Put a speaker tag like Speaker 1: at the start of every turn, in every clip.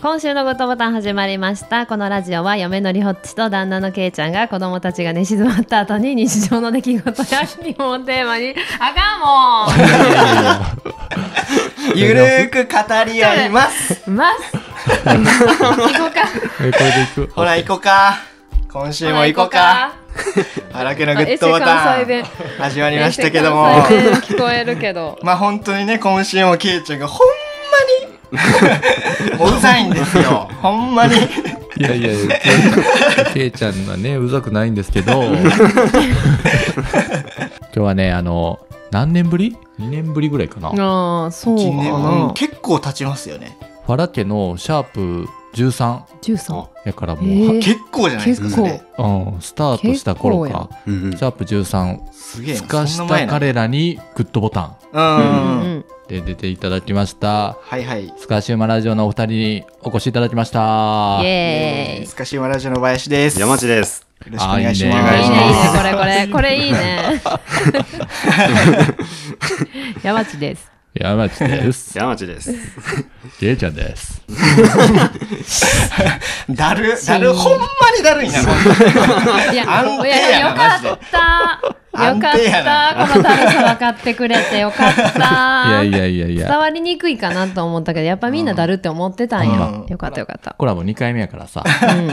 Speaker 1: 今週のグッドボタン始まりましたこのラジオは嫁のりほっちと旦那のけいちゃんが子供たちが寝静まった後に日常の出来事や疑問をテーマにあかんもん
Speaker 2: ゆるーく語り合い ます。
Speaker 1: ます行こうか
Speaker 3: えこれでいく
Speaker 2: ほら、行こうか。今週も行こうか。荒木のグッドボ
Speaker 1: あ
Speaker 2: タ
Speaker 1: 衛生関西弁
Speaker 2: ン。始まりましたけども。
Speaker 1: 衛星関西弁聞こえるけど
Speaker 2: まあ本当にね、今週もケイちゃんがほんま にもううざいんです よ。ほんまに。
Speaker 3: いやいやいやけいちゃんはねうざくないんですけど 今日はねあの何年ぶり ?2 年ぶりぐらいかな、フ
Speaker 1: ああそうか
Speaker 2: 一年うん
Speaker 1: な
Speaker 2: 結構経ちますよね。
Speaker 3: ァラ家のシャープ13
Speaker 1: 13
Speaker 3: やからもうは、
Speaker 1: え
Speaker 2: 結構じゃないですか、それ
Speaker 1: 結。
Speaker 3: うん、スタートした頃か
Speaker 4: うんうん
Speaker 3: シャープ13
Speaker 2: すげえな。
Speaker 3: ふかし
Speaker 2: そんな前
Speaker 3: た
Speaker 2: な
Speaker 3: 彼らにグッドボタン
Speaker 2: うん
Speaker 1: う
Speaker 2: うん。
Speaker 1: ん
Speaker 3: で出ていただきました
Speaker 2: はいはい。
Speaker 3: スカシウマラジオのお二人にお越しいただきました
Speaker 1: イ
Speaker 2: え
Speaker 1: エー
Speaker 2: ー、
Speaker 1: イ
Speaker 2: スカシマラジオの林です。
Speaker 4: 山
Speaker 2: よ
Speaker 4: 地です。
Speaker 2: ろしくお願いしま
Speaker 3: あ
Speaker 1: いいねいい
Speaker 2: す。
Speaker 1: ね
Speaker 3: あ
Speaker 1: これこれこれいい ね山地です
Speaker 3: 山地です
Speaker 4: 山地です。
Speaker 3: けいちゃんです
Speaker 2: だる、だる、ほんまにだるいな、ほんまに
Speaker 1: いや、
Speaker 2: 安定
Speaker 1: いやいや
Speaker 2: やな
Speaker 1: よか
Speaker 2: マ
Speaker 1: った。よ
Speaker 2: ジで
Speaker 1: か
Speaker 2: 安定や
Speaker 1: った。このだるさ分かってくれてよかった。
Speaker 3: いやいやいやいや
Speaker 1: 伝わりにくいかなと思ったけど、やっぱみんなだるって思ってたんや
Speaker 2: う。ん
Speaker 1: よかったよかった。
Speaker 3: これはもう2回目やからさ、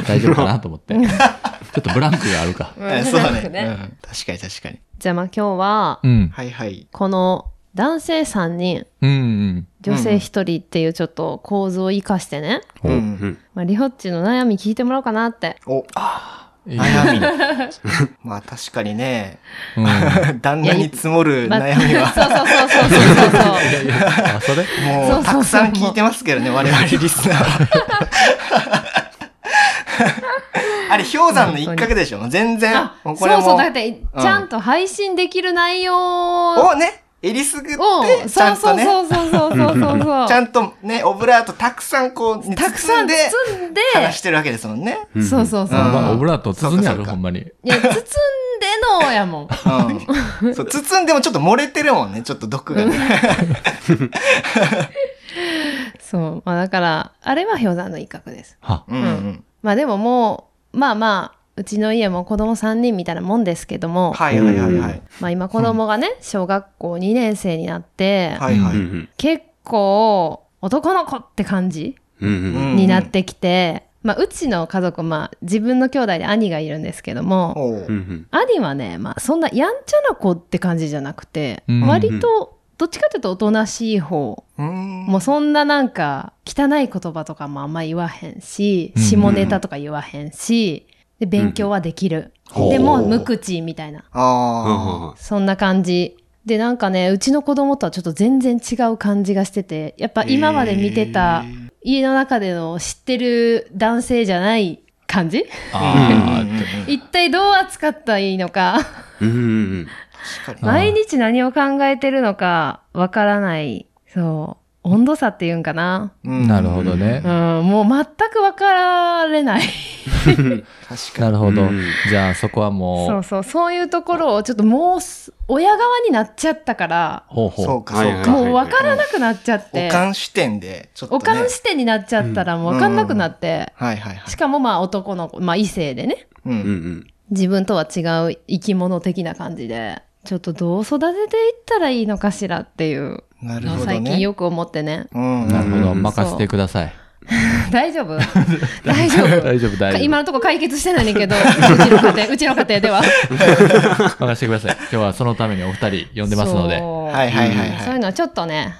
Speaker 3: 大丈夫かなと思って。ちょっとブランクがあるか。
Speaker 2: え そうね。
Speaker 1: ね
Speaker 2: うん確かに確かに。
Speaker 1: じゃあまあ今日は
Speaker 3: う、ん。
Speaker 2: はいはい。
Speaker 1: この男性3人、
Speaker 3: うんうん。
Speaker 1: 女性1人っていうちょっと構図を生かしてね、
Speaker 2: う。
Speaker 4: うんん
Speaker 1: まあ、リホッチの悩み聞いてもらおうかなって。
Speaker 2: お、
Speaker 3: いいよ
Speaker 2: 悩み。 まあ確かにね、
Speaker 3: うん。い
Speaker 2: 旦那に積もる
Speaker 1: まあ
Speaker 2: 悩み は、
Speaker 1: そうそうそうそうそうそう。
Speaker 3: やいや、あ、それ
Speaker 1: そうそうそう
Speaker 2: もうたくさん聞いてますけどね、我々リスナー は。あれ、氷山の一角でしょ全然
Speaker 1: あ。そ
Speaker 2: も
Speaker 1: う
Speaker 2: これも
Speaker 1: そう、だって、ちゃんと配信できる内容を
Speaker 2: をね、えりすぐっ
Speaker 1: お
Speaker 2: て、ち
Speaker 1: そ
Speaker 2: ゃ
Speaker 1: うん
Speaker 2: と
Speaker 1: そう
Speaker 2: ね、
Speaker 1: そうそうそうそうそうそう。
Speaker 2: ちゃんとね、オブラートたくさんこう、
Speaker 1: たくさん
Speaker 2: 包で
Speaker 1: 包んで、
Speaker 2: 話してるわけですもんね。
Speaker 4: うん
Speaker 1: そうそうそう。
Speaker 2: うん
Speaker 3: まあ、オブラート包んであ
Speaker 2: そ
Speaker 3: る、
Speaker 2: うかそうか
Speaker 3: ほんまに。
Speaker 1: いや、包んでのや もん。
Speaker 2: うん。そう、包んでもちょっと漏れてるもんね、ちょっと毒がね。
Speaker 1: そう。まあだから、あれは氷山の一角です。
Speaker 3: は。
Speaker 2: うんうん。
Speaker 1: まあでももう、まあまあ、うちの家も子供3人みたいなもんですけども、
Speaker 2: はいはいはいはい。
Speaker 1: まあ今子供がね、小学校2年生になって、
Speaker 2: はいは
Speaker 4: う
Speaker 2: い。
Speaker 4: ん
Speaker 1: 結構男の子って感じ
Speaker 4: うんうんうん
Speaker 1: になってきて、まあうちの家族、まあ自分の兄弟で兄がいるんですけども、
Speaker 2: おう
Speaker 4: うんうん
Speaker 1: 兄はね、まあ、そんなやんちゃな子って感じじゃなくて、
Speaker 3: うん
Speaker 1: 割とどっちかというとおとなしい方、
Speaker 2: うーん。
Speaker 1: もうそんななんか汚い言葉とかもあんま言わへんし、
Speaker 3: うん
Speaker 1: 下ネタとか言わへんしで勉強はできる、
Speaker 2: うん
Speaker 1: で
Speaker 2: ほう
Speaker 1: もう無口みたいな
Speaker 2: あ
Speaker 4: あ
Speaker 1: そんな感じでなんかねうちの子供とはちょっと全然違う感じがしててやっぱ今まで見てた家の中での知ってる男性じゃない感 じ、
Speaker 3: あ
Speaker 2: あ。
Speaker 3: ー
Speaker 1: 一体どう扱ったらいいのか
Speaker 4: ーうんうん
Speaker 2: 確かに。
Speaker 1: 毎日何を考えてるのかわからない、そう、温度差っていうんかな。
Speaker 2: うん
Speaker 3: なるほどね
Speaker 1: うん、。もう全くわかられない。
Speaker 2: 確か
Speaker 3: なるほど
Speaker 4: うん。
Speaker 3: じゃあ、そこは
Speaker 1: そ
Speaker 3: も
Speaker 1: う
Speaker 3: う、
Speaker 1: そう、そういうところをちょっともうす、親側になっちゃったから、
Speaker 3: ほう
Speaker 2: に。そ
Speaker 3: ほ
Speaker 2: うか、
Speaker 4: は
Speaker 2: そ
Speaker 4: いは
Speaker 2: う
Speaker 4: い
Speaker 2: か。
Speaker 1: もうわからなくなっちゃっ
Speaker 2: お
Speaker 1: て、
Speaker 2: かん視点で、ちょっと
Speaker 1: お
Speaker 2: ね。
Speaker 1: かん視点になっちゃったらもうわかんなくなって、
Speaker 2: はいはいはい
Speaker 1: し。かもまあ男の子、まあ異性でね、
Speaker 2: う。
Speaker 4: うんうんうんん
Speaker 1: 自分とは違う生き物的な感じで、ちょっとどう育てていったらいいのかしらっていう、
Speaker 2: なるほどね。
Speaker 1: 最近よく思ってね。
Speaker 2: うん。
Speaker 3: う。なるほど。
Speaker 4: うん
Speaker 3: 任せてください。
Speaker 1: 大丈夫大丈 夫
Speaker 3: 大丈夫、大丈
Speaker 1: 今
Speaker 3: 夫。
Speaker 1: のところ解決してないねんだけど、うちの家庭、うちの家庭では。
Speaker 3: 任せてください。今日はそのためにお二人呼んでますので。
Speaker 1: そう
Speaker 2: はいはいはいはい
Speaker 1: そういうのはちょっとね、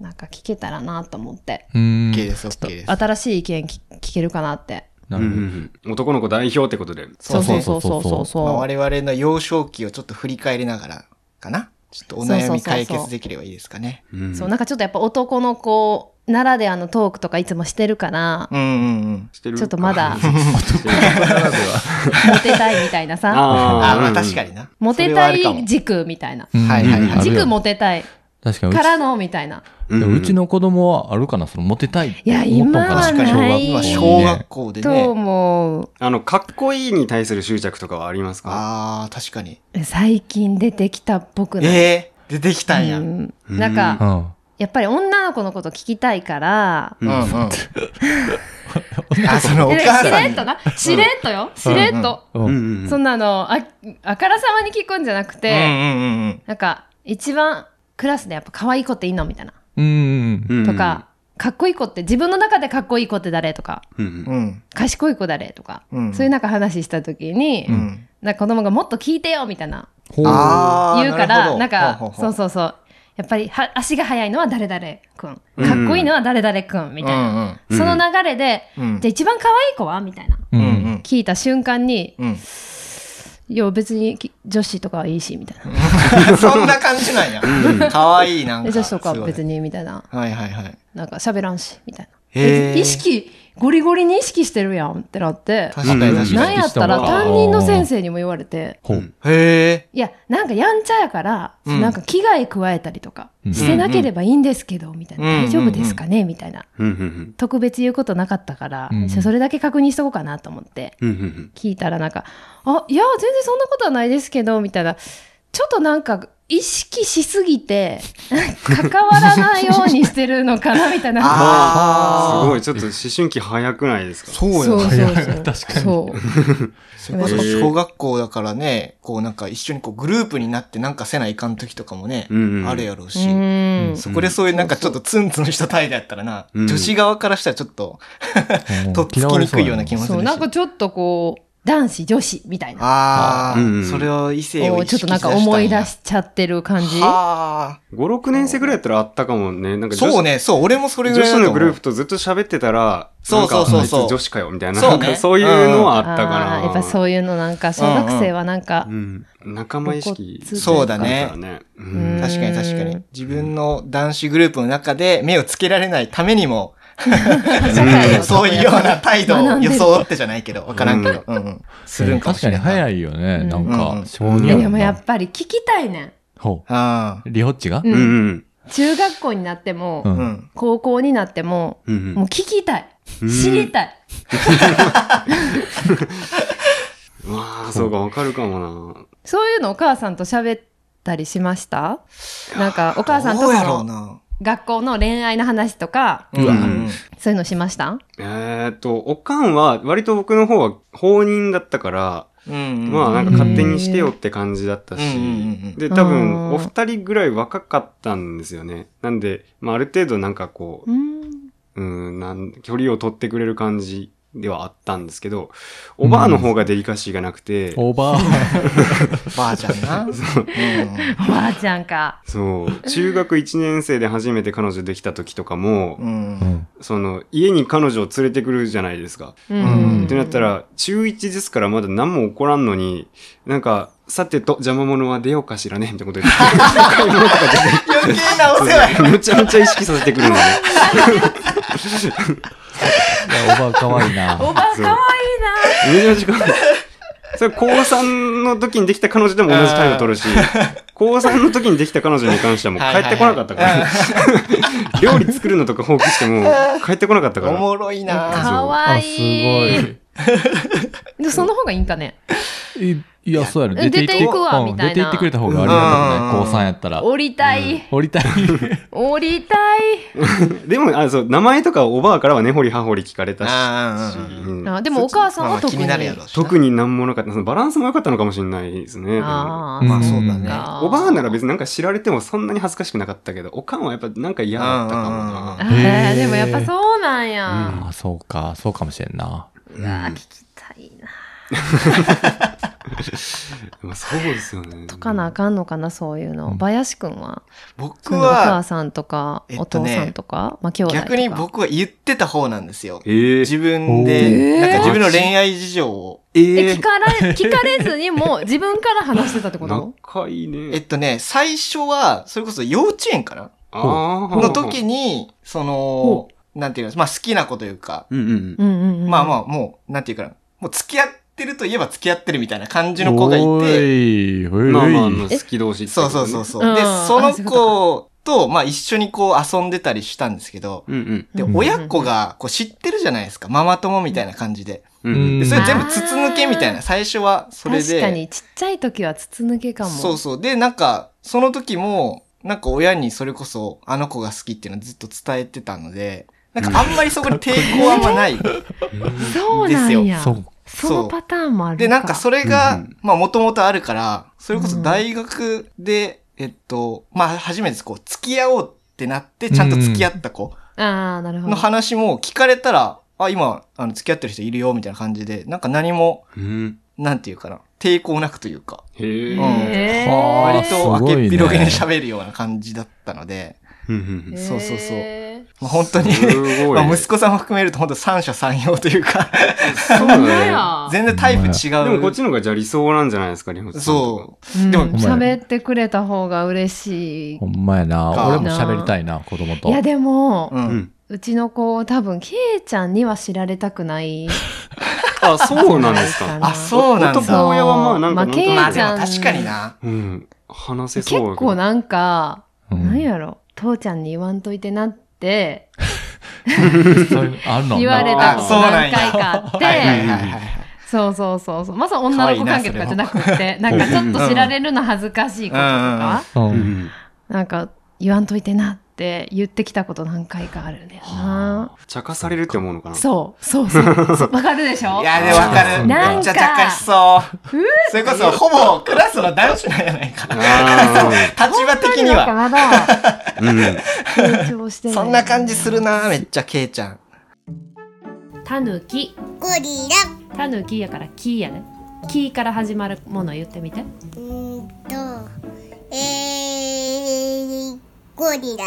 Speaker 1: なんか聞けたらなと思って、
Speaker 3: うーん。
Speaker 2: OK です、OK です。
Speaker 1: 新しい意見き聞けるかなって。
Speaker 3: な
Speaker 4: うんう
Speaker 3: るほど。
Speaker 4: んうん男の子代表ってことで。
Speaker 1: そうそう
Speaker 3: そ
Speaker 1: そうう
Speaker 3: そ
Speaker 1: そうう
Speaker 3: そ
Speaker 1: そうう
Speaker 3: そ
Speaker 2: まあ
Speaker 1: そう。
Speaker 2: 我々の幼少期をちょっと振り返りながらかな。ちょっとお
Speaker 1: そう
Speaker 2: 悩
Speaker 1: そうそう
Speaker 2: み
Speaker 1: そう
Speaker 2: 解決できればいいですかね。
Speaker 4: うん
Speaker 1: そう、なんかちょっとやっぱ男の子ならではのトークとかいつもしてるから、
Speaker 2: うんうんうん。
Speaker 4: してる
Speaker 1: ちょっとまだ
Speaker 4: してる
Speaker 1: モテたいみたいなさ、
Speaker 2: あ
Speaker 4: あ
Speaker 2: ー
Speaker 4: ー
Speaker 2: まあ確か。にな。
Speaker 1: モテ
Speaker 2: それは
Speaker 1: た
Speaker 2: あるか
Speaker 1: い
Speaker 2: も
Speaker 1: 軸みたいな。
Speaker 3: うん
Speaker 2: はいはいはい
Speaker 3: あるよ
Speaker 1: 軸モテたい
Speaker 3: 確かにうち
Speaker 1: からのみたいな。
Speaker 4: うん
Speaker 3: で
Speaker 4: う
Speaker 3: も
Speaker 4: ん
Speaker 3: うちの子供はあるかなそのモテたいって
Speaker 1: いや
Speaker 3: 思ったんかな
Speaker 1: 今はない
Speaker 2: 今、
Speaker 3: 小
Speaker 2: 小
Speaker 3: 学
Speaker 2: 学校で
Speaker 1: と
Speaker 2: ね。
Speaker 1: 思う。
Speaker 4: あの、かっこいいに対する執着とかはありますか
Speaker 2: ああ、確かに。
Speaker 1: 最近出てきたっぽくない
Speaker 2: ええ、出てきたんや。
Speaker 1: うん
Speaker 4: うん
Speaker 1: なんか、
Speaker 3: 校。
Speaker 1: やっぱり女の子のこと聞きたいから、
Speaker 4: うん
Speaker 2: うんうん。 あ、そのお
Speaker 1: えし
Speaker 2: 母さ
Speaker 1: れ
Speaker 2: ん
Speaker 1: っ
Speaker 2: に
Speaker 1: と。な、しれっとよ、しれっと。
Speaker 3: うん
Speaker 4: うんうんうん
Speaker 1: そんなあの、あ、あからさまに聞くんじゃなく
Speaker 2: うん
Speaker 1: て、
Speaker 2: うんうんうん。
Speaker 1: なんか、一番クラスでやっぱ可愛い子っていいのみたいな。
Speaker 3: うん
Speaker 4: うん
Speaker 1: とか、かっこいい子って、自分の中でかっこいい子って誰とか、
Speaker 4: うんうん
Speaker 2: うん。
Speaker 1: 賢い子誰とか、
Speaker 2: うん
Speaker 1: そういうなんか話した時に、
Speaker 2: うん。
Speaker 1: なんか子供がもっと聞いてよみたいな
Speaker 3: ほう
Speaker 2: ああ。
Speaker 1: 言うから、
Speaker 2: るほど
Speaker 1: なんか、
Speaker 2: ほうほ
Speaker 1: そうう
Speaker 2: ほ
Speaker 1: そうそう。やっぱりは足が速いのは誰々くん。かっこいいのは誰々くん、みたいな。
Speaker 2: な。
Speaker 4: うん
Speaker 1: その流れで、
Speaker 2: うんうん。
Speaker 1: じゃあ一番可愛い子はみたいな。
Speaker 3: う
Speaker 2: うんんうん。
Speaker 1: 聞いた瞬間に、
Speaker 2: うん。
Speaker 1: いや別にき女子とかはいいし、みたいな。
Speaker 2: そんな感じなんや。可愛いなん
Speaker 1: で
Speaker 2: か。
Speaker 1: 女子とか
Speaker 2: す
Speaker 1: は
Speaker 2: ごい
Speaker 1: 別。に、みたいな。
Speaker 2: はいはいはい。
Speaker 1: なんか喋らんし、みたいな。
Speaker 4: へー
Speaker 1: え意識、ゴリゴリに意識してるやんってなって、
Speaker 2: 確かに確かに。
Speaker 1: なんやったら担任の先生にも言われて、
Speaker 3: ほう
Speaker 2: へえ。
Speaker 1: いや、なんかやんちゃやから、
Speaker 2: うん
Speaker 1: なんか危害加えたりとか、
Speaker 3: うん
Speaker 1: してなければいいんですけど、みたいな、
Speaker 2: うん
Speaker 1: 大丈夫ですかね、みたいな。
Speaker 4: うんうん
Speaker 1: 特別言うことなかったから、
Speaker 3: うん
Speaker 1: それだけ確認しとこうかなと思って、
Speaker 4: うんうんうん
Speaker 1: 聞いたらなんか、あ、いや、全然そんなことはないですけど、みたいな。ちょっとなんか、意識しすぎて、関わらないようにしてるのかな、みたいな。
Speaker 2: あ
Speaker 4: すご
Speaker 2: い。
Speaker 4: い、ちょっと思春期早くないですか
Speaker 2: そうや
Speaker 1: そう
Speaker 2: な。
Speaker 1: そうそう。
Speaker 3: 確か
Speaker 1: そう。
Speaker 3: に
Speaker 2: それこそ
Speaker 4: へー
Speaker 2: 小学校だからね、こうなんか一緒にこうグループになってなんかせないかん時とかもね、
Speaker 4: うんうん
Speaker 2: あるやろうし。
Speaker 1: うん。
Speaker 2: そこでそういうなんかちょっとツンツンした態度やったらな、
Speaker 4: うん
Speaker 2: 女子側からしたらちょっと、とっつきにくいような気もする
Speaker 1: そう、
Speaker 2: し。
Speaker 1: なんかちょっとこう、男子、女子、みたいな。
Speaker 2: ああ、
Speaker 4: うんうん
Speaker 2: それを異性
Speaker 1: こ
Speaker 2: を
Speaker 1: う
Speaker 2: 意
Speaker 1: ちょ
Speaker 2: 識
Speaker 1: っ
Speaker 2: し
Speaker 1: とな
Speaker 2: だ
Speaker 1: んか
Speaker 2: したんや
Speaker 1: 思い出しちゃってる感じ。
Speaker 2: はあ。
Speaker 4: ?5、6年生ぐらいやったらあったかもね。なんか女子
Speaker 2: そうね、そう、俺もそれぐ
Speaker 4: 女
Speaker 2: らいだと
Speaker 4: 子
Speaker 2: 思
Speaker 4: の
Speaker 2: う
Speaker 4: グループとずっと喋ってたら、
Speaker 2: そうそうそうそう
Speaker 4: なんかあいつ女子かよ、みたいな。
Speaker 2: そう
Speaker 4: な
Speaker 2: ね
Speaker 4: んかそういうのはあったか
Speaker 1: あ
Speaker 4: な。
Speaker 1: ーやっぱそういうのなんか、小学生はなんか、
Speaker 4: うん。仲間意識。
Speaker 1: 露骨
Speaker 2: そうだね
Speaker 4: あるからね。う
Speaker 1: うん
Speaker 4: ん。
Speaker 2: 確かに確か
Speaker 1: う
Speaker 2: に
Speaker 1: ん。
Speaker 2: 自分の男子グループの中で目をつけられないためにも、
Speaker 1: 社会の
Speaker 2: そういうような態度
Speaker 1: 学
Speaker 2: を
Speaker 1: んでる
Speaker 2: 装ってじゃないけど、わからんけど、うんうんするんかも
Speaker 3: 確
Speaker 2: し
Speaker 3: か
Speaker 2: れ
Speaker 3: に
Speaker 2: ない。い。
Speaker 3: 早いよね。なん
Speaker 2: うんう
Speaker 3: か
Speaker 2: ん、
Speaker 3: 小
Speaker 1: い
Speaker 3: 児
Speaker 1: やでもやっぱり聞きたいねん。
Speaker 3: ほ
Speaker 2: あ
Speaker 3: う。リホッチが
Speaker 1: う
Speaker 4: うんんうん。
Speaker 1: 中学校になって
Speaker 3: う。
Speaker 1: も、
Speaker 2: あ。うんん。
Speaker 1: 高校になっても、
Speaker 4: うんう。
Speaker 1: もうん聞きたい。
Speaker 4: うん
Speaker 1: 知りたい。
Speaker 4: うわあ、そうか、わかるかもな。
Speaker 1: そういうのお母さんと喋ったりしましたなんか、お母さんと
Speaker 2: どうやろ
Speaker 1: そうの
Speaker 2: な。
Speaker 1: 学校の恋愛の話とか、
Speaker 2: う
Speaker 4: わ
Speaker 2: ん
Speaker 1: そういうのしました
Speaker 4: えーっと、おかんは、割と僕の方は放任だったから、
Speaker 2: うん。
Speaker 4: まあなんか
Speaker 1: うん
Speaker 4: 勝手にしてよって感じだったし
Speaker 2: うんうんうんうん、
Speaker 4: で、
Speaker 1: うん
Speaker 4: 多分お二人ぐらい若かったんですよね。なんで、まあある程度なんかこ
Speaker 1: うん。
Speaker 4: う、うん、なん距離を取ってくれる感じではあったんですけど、おばあの方がデリカシーがなくて、
Speaker 3: オーバー。
Speaker 2: ばあちゃんな。う ん
Speaker 1: おばあちゃんか。
Speaker 4: そう、中学1年生で初めて彼女できた時とかも、
Speaker 2: うん。
Speaker 4: その、家に彼女を連れてくるじゃないですか。
Speaker 1: う
Speaker 2: うん
Speaker 4: ってなった、ら、中1ですからまだ何も起こらんのに、なんか、さてと、邪魔者は出ようかしらね、みたいなこと言って。
Speaker 2: 余計なお世 話。
Speaker 4: むちゃむちゃ意識させてくるのね。
Speaker 3: いやオーバーかわいいな。
Speaker 1: おばあかわいいな。
Speaker 4: めちゃめちゃ可愛い。それ高3の時にできた彼女でも同じ態度取るし、高3の時にできた彼女に関してはもう
Speaker 2: はいはい
Speaker 4: 帰ってこなかったから、 料理作るのとか放棄しても 帰ってこなかったか
Speaker 2: お
Speaker 4: ら。
Speaker 2: もろいな。
Speaker 1: かわ
Speaker 3: あ、
Speaker 1: い
Speaker 3: す
Speaker 1: い。
Speaker 3: ごい。
Speaker 1: でその方がいいんかね。
Speaker 3: いいや、そうやろ。
Speaker 1: うん出ていくわ
Speaker 3: うん
Speaker 1: みたいな
Speaker 3: 出て行ってくれた方がありがたくない。高3やったら。
Speaker 1: 降りたい。
Speaker 3: 降りたい。
Speaker 1: 降りたい。
Speaker 4: でも、あ、そう、名前とかおばあからはね、ほりはほり聞かれたし、
Speaker 2: あーうんうん
Speaker 4: うん
Speaker 1: あでもお母さん
Speaker 2: まあま
Speaker 1: は
Speaker 2: あ
Speaker 1: 特
Speaker 2: 気
Speaker 1: に。
Speaker 2: になるやろうしな。
Speaker 4: 特になんもなかった。そのバランスも良かったのかもしれないですね。
Speaker 1: あ
Speaker 3: うん
Speaker 1: ー
Speaker 2: まあそうだ
Speaker 1: そっ
Speaker 2: ね。
Speaker 1: か
Speaker 4: おばあなら別になんか知られてもそんなに恥ずかしくなかったけど、おかんはやっぱなんか嫌だったかも
Speaker 2: うんうん
Speaker 4: な。
Speaker 1: あ
Speaker 3: へ
Speaker 1: ー
Speaker 3: ー
Speaker 1: でもやっぱそうなんや。
Speaker 3: あ、そうか。そうかもしれんな。
Speaker 1: うわー聞きたいな。
Speaker 4: まあそうですよね。
Speaker 1: とかなあかんのかな、そういうの。林くんは。
Speaker 2: 僕
Speaker 1: そのお母
Speaker 2: は、
Speaker 1: さんとか
Speaker 2: え、っ
Speaker 1: お
Speaker 2: と
Speaker 1: 父
Speaker 2: ね
Speaker 1: さんとか、まあ兄弟とか。
Speaker 2: 逆に僕は言ってた方なんですよ。
Speaker 4: ええ
Speaker 2: 自分
Speaker 1: お
Speaker 2: で、
Speaker 1: ー
Speaker 2: なんか自分の恋愛事情を。
Speaker 1: え、
Speaker 4: ええ
Speaker 1: 聞かれ、聞かれずにもう 自分から話してたってこと
Speaker 4: 仲いい
Speaker 2: えっ
Speaker 4: ね。
Speaker 2: とね、最初は、それこそ幼稚園かな
Speaker 4: ああ
Speaker 2: の時に、その
Speaker 1: ほ、
Speaker 2: なんていうか、まあ好きな子というか、
Speaker 4: うんうん
Speaker 1: うんうんうん。
Speaker 2: まあまあもう、なんていうかな、もう付き合ってるといえば付き合ってるみたいな感じの子がいて、
Speaker 3: て。おいおいおい
Speaker 4: まあまあまあ、
Speaker 1: え
Speaker 4: 好き同士ってこ
Speaker 2: そ
Speaker 4: と
Speaker 2: う
Speaker 4: ね
Speaker 2: そうそうそう。
Speaker 1: うん
Speaker 2: で、そ
Speaker 1: あ
Speaker 2: の
Speaker 1: そういうこ
Speaker 2: 子と、まあ一緒にこう遊んでたりしたんですけど、
Speaker 4: うんうん。
Speaker 2: で、
Speaker 1: うん
Speaker 2: 親子がこう知ってるじゃないですか。ママ友みたいな感じで。
Speaker 4: うん
Speaker 3: う
Speaker 2: で、
Speaker 3: ん
Speaker 2: それ全部筒抜けみたいな、最初はそれ
Speaker 1: 確
Speaker 2: で。
Speaker 1: かに、ちっちゃい時は筒抜けかも。
Speaker 2: そうそう。で、なんか、その時も、なんか親にそれこそあの子が好きっていうのずっと伝えてたので、なんかあんまりそこに抵抗はあんまない。
Speaker 1: そうなんや。
Speaker 3: そう。
Speaker 1: そのパターンもある
Speaker 2: で、なんかそれが、
Speaker 4: うんうん
Speaker 2: まあもともとあるから、それこそ大学で、えっと、まあ初めてこう、付き合おうってなって、ちゃんと付き合った子
Speaker 1: ああ、なるほど。
Speaker 2: の話も聞かれたら、あ、今、あの、付き合ってる人いるよ、みたいな感じで、なんか何も、
Speaker 4: うん。
Speaker 2: なんていうかな、抵抗なくというか、
Speaker 4: へえ。
Speaker 2: うん
Speaker 1: へー
Speaker 3: はあ
Speaker 2: 割と
Speaker 3: すごい
Speaker 2: 明
Speaker 3: ね
Speaker 2: けっぴろげに喋るような感じだったので、
Speaker 4: うんうん
Speaker 2: そうそうそう
Speaker 1: へ
Speaker 2: まあ本当に、
Speaker 4: すごい。
Speaker 2: まあ息子さんも含めると本当三者三様というか、
Speaker 4: そう
Speaker 1: ー。なん
Speaker 4: だね。
Speaker 1: や。
Speaker 2: 全然タイプ違う。
Speaker 4: でもこっちの方がじゃあ理想なんじゃないですか、リホさん
Speaker 2: そう
Speaker 4: と。
Speaker 1: うん
Speaker 2: でも
Speaker 1: 喋ってくれた方が嬉しい
Speaker 3: ほ。んまやな。
Speaker 2: か
Speaker 3: 俺も喋りたいな、子供と。
Speaker 1: いや、でも、
Speaker 2: う。
Speaker 4: か。うんん。
Speaker 1: うちの子、多分、ケイちゃんには知られたくない。
Speaker 4: あ、そうなんですか。
Speaker 2: あ、そうなん
Speaker 1: そう
Speaker 2: だ。
Speaker 4: 男親はまあなんかなんとな
Speaker 1: まあ
Speaker 4: く
Speaker 1: ケイ
Speaker 2: まあ
Speaker 1: ち
Speaker 2: で
Speaker 1: ゃ
Speaker 2: も
Speaker 1: ん。
Speaker 2: 確かに。な。
Speaker 4: うん。話せ
Speaker 1: 結
Speaker 4: そう。
Speaker 1: 構。なんか、
Speaker 3: うん
Speaker 1: なんやろ、父ちゃんに言わんといてなって、
Speaker 3: そういうあるの
Speaker 1: 言われたこと
Speaker 2: そうなん
Speaker 1: 何
Speaker 2: や
Speaker 1: 回かあっ
Speaker 2: はいはい
Speaker 1: て、
Speaker 2: はいはい。
Speaker 1: そうそうそうそう。まさに女の子関係とかじゃなくって、なんかちょっと知られるの恥ずかしいこととか、
Speaker 3: うん
Speaker 4: う
Speaker 3: うん
Speaker 4: ん。
Speaker 1: なんか言わんといてなって言ってきたこと何回かあるんだよな。
Speaker 4: 茶化されるって思うのかな。
Speaker 1: そう、そうそうそう。わかるでしょ
Speaker 2: いや、でもわかる。
Speaker 1: なんか
Speaker 2: めっちゃ茶化しそう。
Speaker 1: ふう
Speaker 2: それこそ、ほぼクラスの男子なんやないか。
Speaker 4: あ
Speaker 2: 立場的に
Speaker 1: なんか
Speaker 2: は。
Speaker 1: まだ
Speaker 4: あ。うん。
Speaker 1: 成長してい
Speaker 2: そんな感じする。な、めっちゃケイちゃん。
Speaker 1: たぬき。
Speaker 5: ゴリラ。
Speaker 1: たぬきやからきやね。きから始まるもの言ってみて。
Speaker 5: うーんと、えー、ゴリラ。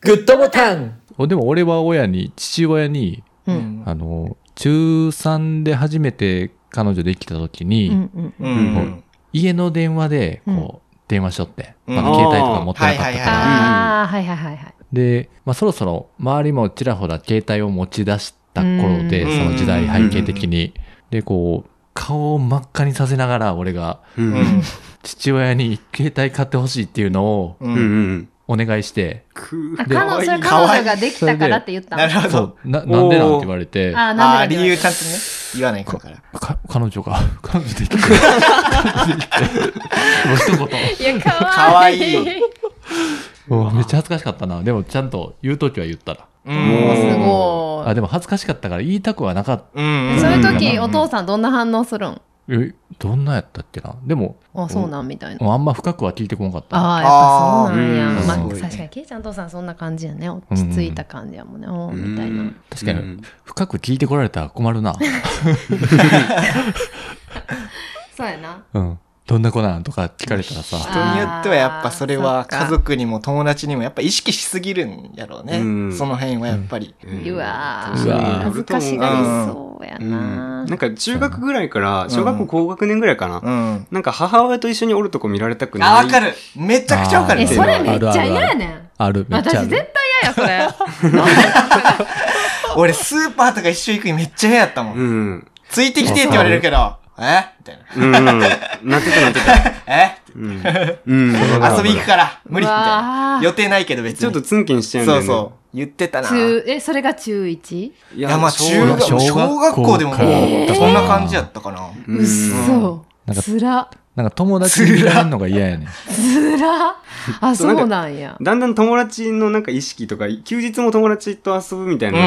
Speaker 6: グッドボタン
Speaker 3: おでも俺は親に、父親に、
Speaker 1: う。
Speaker 2: うんん。
Speaker 3: あの、中3で初めて彼女できた時に、
Speaker 1: うんうん
Speaker 2: う
Speaker 1: うん。
Speaker 2: ん。
Speaker 3: 家の電話で、こう、
Speaker 1: う
Speaker 3: 電話しとって、
Speaker 2: うん
Speaker 3: まだ携帯とか持ってなかったから、
Speaker 4: あー
Speaker 1: ああ、はいはいはいはい。
Speaker 3: で、まあ、そろそろ周りもちらほら携帯を持ち出した頃で、
Speaker 2: うん
Speaker 3: その時代背景的に。で、こう、顔を真っ赤にさせながら俺が
Speaker 4: う。
Speaker 2: うんん。
Speaker 3: 父親に携帯買ってほしいっていうのを
Speaker 2: う
Speaker 4: うん
Speaker 2: ん。
Speaker 4: うん。
Speaker 3: お願いして、
Speaker 4: く
Speaker 1: あ、
Speaker 3: で
Speaker 1: 彼女、それ
Speaker 2: かわい
Speaker 1: 彼女
Speaker 2: い
Speaker 1: ができたからって言ったの
Speaker 2: なるほ
Speaker 3: そ
Speaker 2: ど。
Speaker 3: う、な、なんでなん
Speaker 4: おー
Speaker 3: て言われて、
Speaker 1: あー
Speaker 2: あ
Speaker 1: な
Speaker 2: あ、
Speaker 1: んで
Speaker 2: 理
Speaker 1: なんで
Speaker 2: 由ちゃんとね、言わない子から。
Speaker 3: か彼女が、 彼女できて、彼女できて、もう一言。
Speaker 1: いや、か
Speaker 2: か
Speaker 1: わ
Speaker 2: わ
Speaker 1: い
Speaker 2: い
Speaker 1: い。
Speaker 2: い
Speaker 3: もうめっちゃ恥ずかしかったな。でもちゃんと言うときは言ったら。
Speaker 2: う
Speaker 4: もう
Speaker 1: す
Speaker 2: ん。
Speaker 1: ご
Speaker 3: あ、
Speaker 1: い。
Speaker 3: でも恥ずかしかったから言いたくはなかっ
Speaker 2: うん。
Speaker 1: そういう
Speaker 3: うんうん
Speaker 1: 時、お父さんどんな反応するん
Speaker 3: た。え、どんなやったっけな。でも、
Speaker 1: あ、そうなんみたいな。
Speaker 3: もうあんま深くは聞いてこなかった。
Speaker 1: ああ、やっぱそうなんや。
Speaker 4: あーうん
Speaker 1: まあ、
Speaker 2: すごいね
Speaker 1: 確かに、ケイちゃんお父さんそんな感じやね。落ち着いた感じやもんね。おーみたいな。
Speaker 3: 確かに、深く聞いてこられたら困 るな。
Speaker 1: そうやな。
Speaker 3: うん。どんな子なんとか聞かれたらさ。
Speaker 2: 人によってはやっぱそれ
Speaker 1: あ
Speaker 2: は
Speaker 1: ーそっか
Speaker 2: 家族にも友達にもやっぱ意識しすぎるんやろうね。
Speaker 4: うん
Speaker 2: その辺はやっぱり。
Speaker 1: うわ
Speaker 3: うわ
Speaker 1: ー
Speaker 3: ー
Speaker 1: 恥ずかしがりそうや
Speaker 4: な。
Speaker 1: なん
Speaker 4: か中学ぐらいから、小学校高学年ぐらいかな。
Speaker 2: うん。
Speaker 4: なんか母親と一緒におるとこ見られたくない。
Speaker 2: あ、わかる。めちゃくちゃわかる。
Speaker 1: え、それめっちゃ嫌
Speaker 3: あ
Speaker 1: や
Speaker 3: るあるあ
Speaker 1: ねん。
Speaker 3: ある、めっちゃあ
Speaker 1: 私絶
Speaker 3: る。
Speaker 1: 対嫌や、それ。
Speaker 2: 俺スーパーとか一緒行くにめっちゃ嫌やったもん。
Speaker 4: うん。
Speaker 2: ついてきてって言われるけど、えみたいな。
Speaker 4: うん。なってたなってた。
Speaker 2: え
Speaker 4: うん。うん。
Speaker 2: 遊び行くから、無理みたい
Speaker 1: わー
Speaker 2: うな。予定ないけど別に。
Speaker 4: ちょっとツンケンしちゃうん
Speaker 2: そ
Speaker 4: だ
Speaker 2: う
Speaker 4: よね。
Speaker 2: そう。言ってたな。い
Speaker 1: 中、え、それが中 1?
Speaker 4: う。い
Speaker 2: や、まあ中
Speaker 4: そう
Speaker 2: 学、
Speaker 3: 小学校
Speaker 2: 小学校でももう
Speaker 3: から
Speaker 2: そんな感じやったかな。
Speaker 4: うん
Speaker 1: うっそ。
Speaker 3: なんか
Speaker 1: つら。
Speaker 3: なんか友達にいられるのが嫌やねん。
Speaker 1: つら。あ、
Speaker 4: そう
Speaker 1: そうなんや。
Speaker 4: だんだん友達のなんか意識とか、休日も友達と遊ぶみたい
Speaker 2: うん
Speaker 4: な。
Speaker 2: うん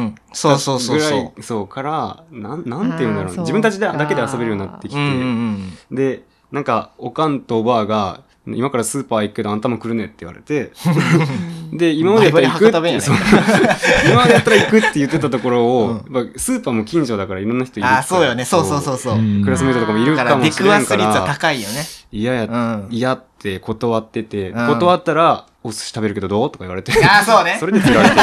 Speaker 2: うん。そうそうそう
Speaker 4: ぐ
Speaker 2: そ
Speaker 4: ら
Speaker 2: う
Speaker 4: い。そうから、なん、なんて言うんだろ
Speaker 1: あー
Speaker 4: う
Speaker 1: そう
Speaker 4: 自分たちでだけで遊べるようになってき
Speaker 2: うんうんうん。
Speaker 4: て。で、なんか、おかんとおばあが、今からスーパー行くけどあんたも来るねって言わ れて、で、今までやったら行くっ
Speaker 2: バリバリ博多弁や
Speaker 4: て、
Speaker 2: ね
Speaker 4: そう今までやったら行くって言ってたところを、
Speaker 2: う
Speaker 4: やっぱスーパーも近所だからいろんな人いるから
Speaker 2: あ、そうよね。そうそうそうそう。
Speaker 3: うん
Speaker 4: クラスメートとかもい
Speaker 2: だ
Speaker 4: る
Speaker 2: か
Speaker 4: からも
Speaker 2: 出
Speaker 4: し
Speaker 2: く
Speaker 4: れな
Speaker 2: わ
Speaker 4: い
Speaker 2: す
Speaker 4: か
Speaker 2: 率は
Speaker 4: ら、
Speaker 2: 高いよね。
Speaker 4: 嫌や、
Speaker 2: うん。
Speaker 4: 嫌って断ってて、
Speaker 2: うん
Speaker 4: 断ったら、お寿司食べるけどどうとか言われて。
Speaker 2: あーそうね
Speaker 4: それで振ら れて、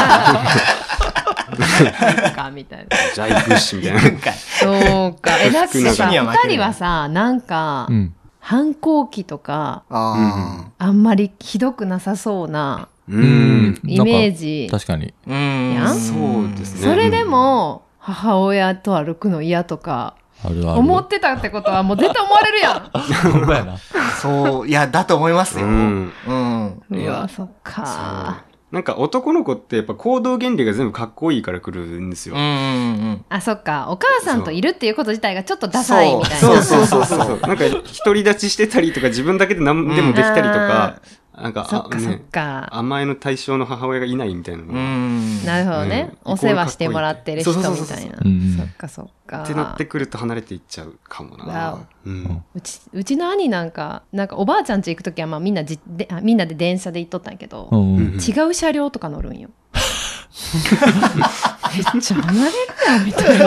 Speaker 1: か、みたいな。
Speaker 4: じゃあ行くっし、みたいな。
Speaker 1: そうか。え、だって
Speaker 4: 服
Speaker 1: さ、
Speaker 2: には負け
Speaker 1: 二
Speaker 2: ない
Speaker 1: 人はさ、なんか
Speaker 3: う、ん。
Speaker 1: 反抗期とか、
Speaker 2: あ
Speaker 1: あんまりひどくなさそうな
Speaker 4: う
Speaker 3: うん
Speaker 4: ん。。
Speaker 1: イメージ。
Speaker 3: なんか確かに。
Speaker 2: あ。うん。
Speaker 1: やん
Speaker 4: そうですね。
Speaker 1: それでも、母親と歩くの嫌とか、
Speaker 3: あるある。
Speaker 1: 思ってたってことはもう絶対思われるやん。
Speaker 3: ほんまやな。
Speaker 2: そう、いや、だと思いますよ。
Speaker 4: う
Speaker 2: うん。
Speaker 4: ん。
Speaker 1: う
Speaker 4: い
Speaker 1: わ、
Speaker 4: や
Speaker 1: そっか。
Speaker 4: なんか男の子ってやっぱ行動原理が全部かっこいいから来るんですよ。
Speaker 2: うん。
Speaker 1: あ、そっか。お母さんといるっていうこと自体がちょっとダサいみたいな。
Speaker 2: そう
Speaker 4: そうそうそうそう。なんか独り立ちしてたりとか自分だけで何でもできたりとか、なんか、
Speaker 1: そっ
Speaker 4: あ
Speaker 1: かそっ
Speaker 4: ね
Speaker 1: か。
Speaker 4: 甘えの対象の母親がいないみたいなの
Speaker 2: う
Speaker 4: が
Speaker 2: ん。
Speaker 1: なるほどね。
Speaker 4: うん
Speaker 1: お世話してもらってる人み
Speaker 4: そうそうそ
Speaker 1: た
Speaker 4: うそ
Speaker 1: いな。
Speaker 3: ううん
Speaker 1: そっかそっか。
Speaker 4: ってなってくると離れていっちゃうかも
Speaker 1: わ
Speaker 4: な。うん。
Speaker 1: うちうちの兄なんかなんかおばあちゃん家行く時はまあみんなじであみんなで電車で行っとったんやけど、
Speaker 3: うんうん。
Speaker 1: 違う車両とか乗るん よ。めっちゃ離れんなみたいな。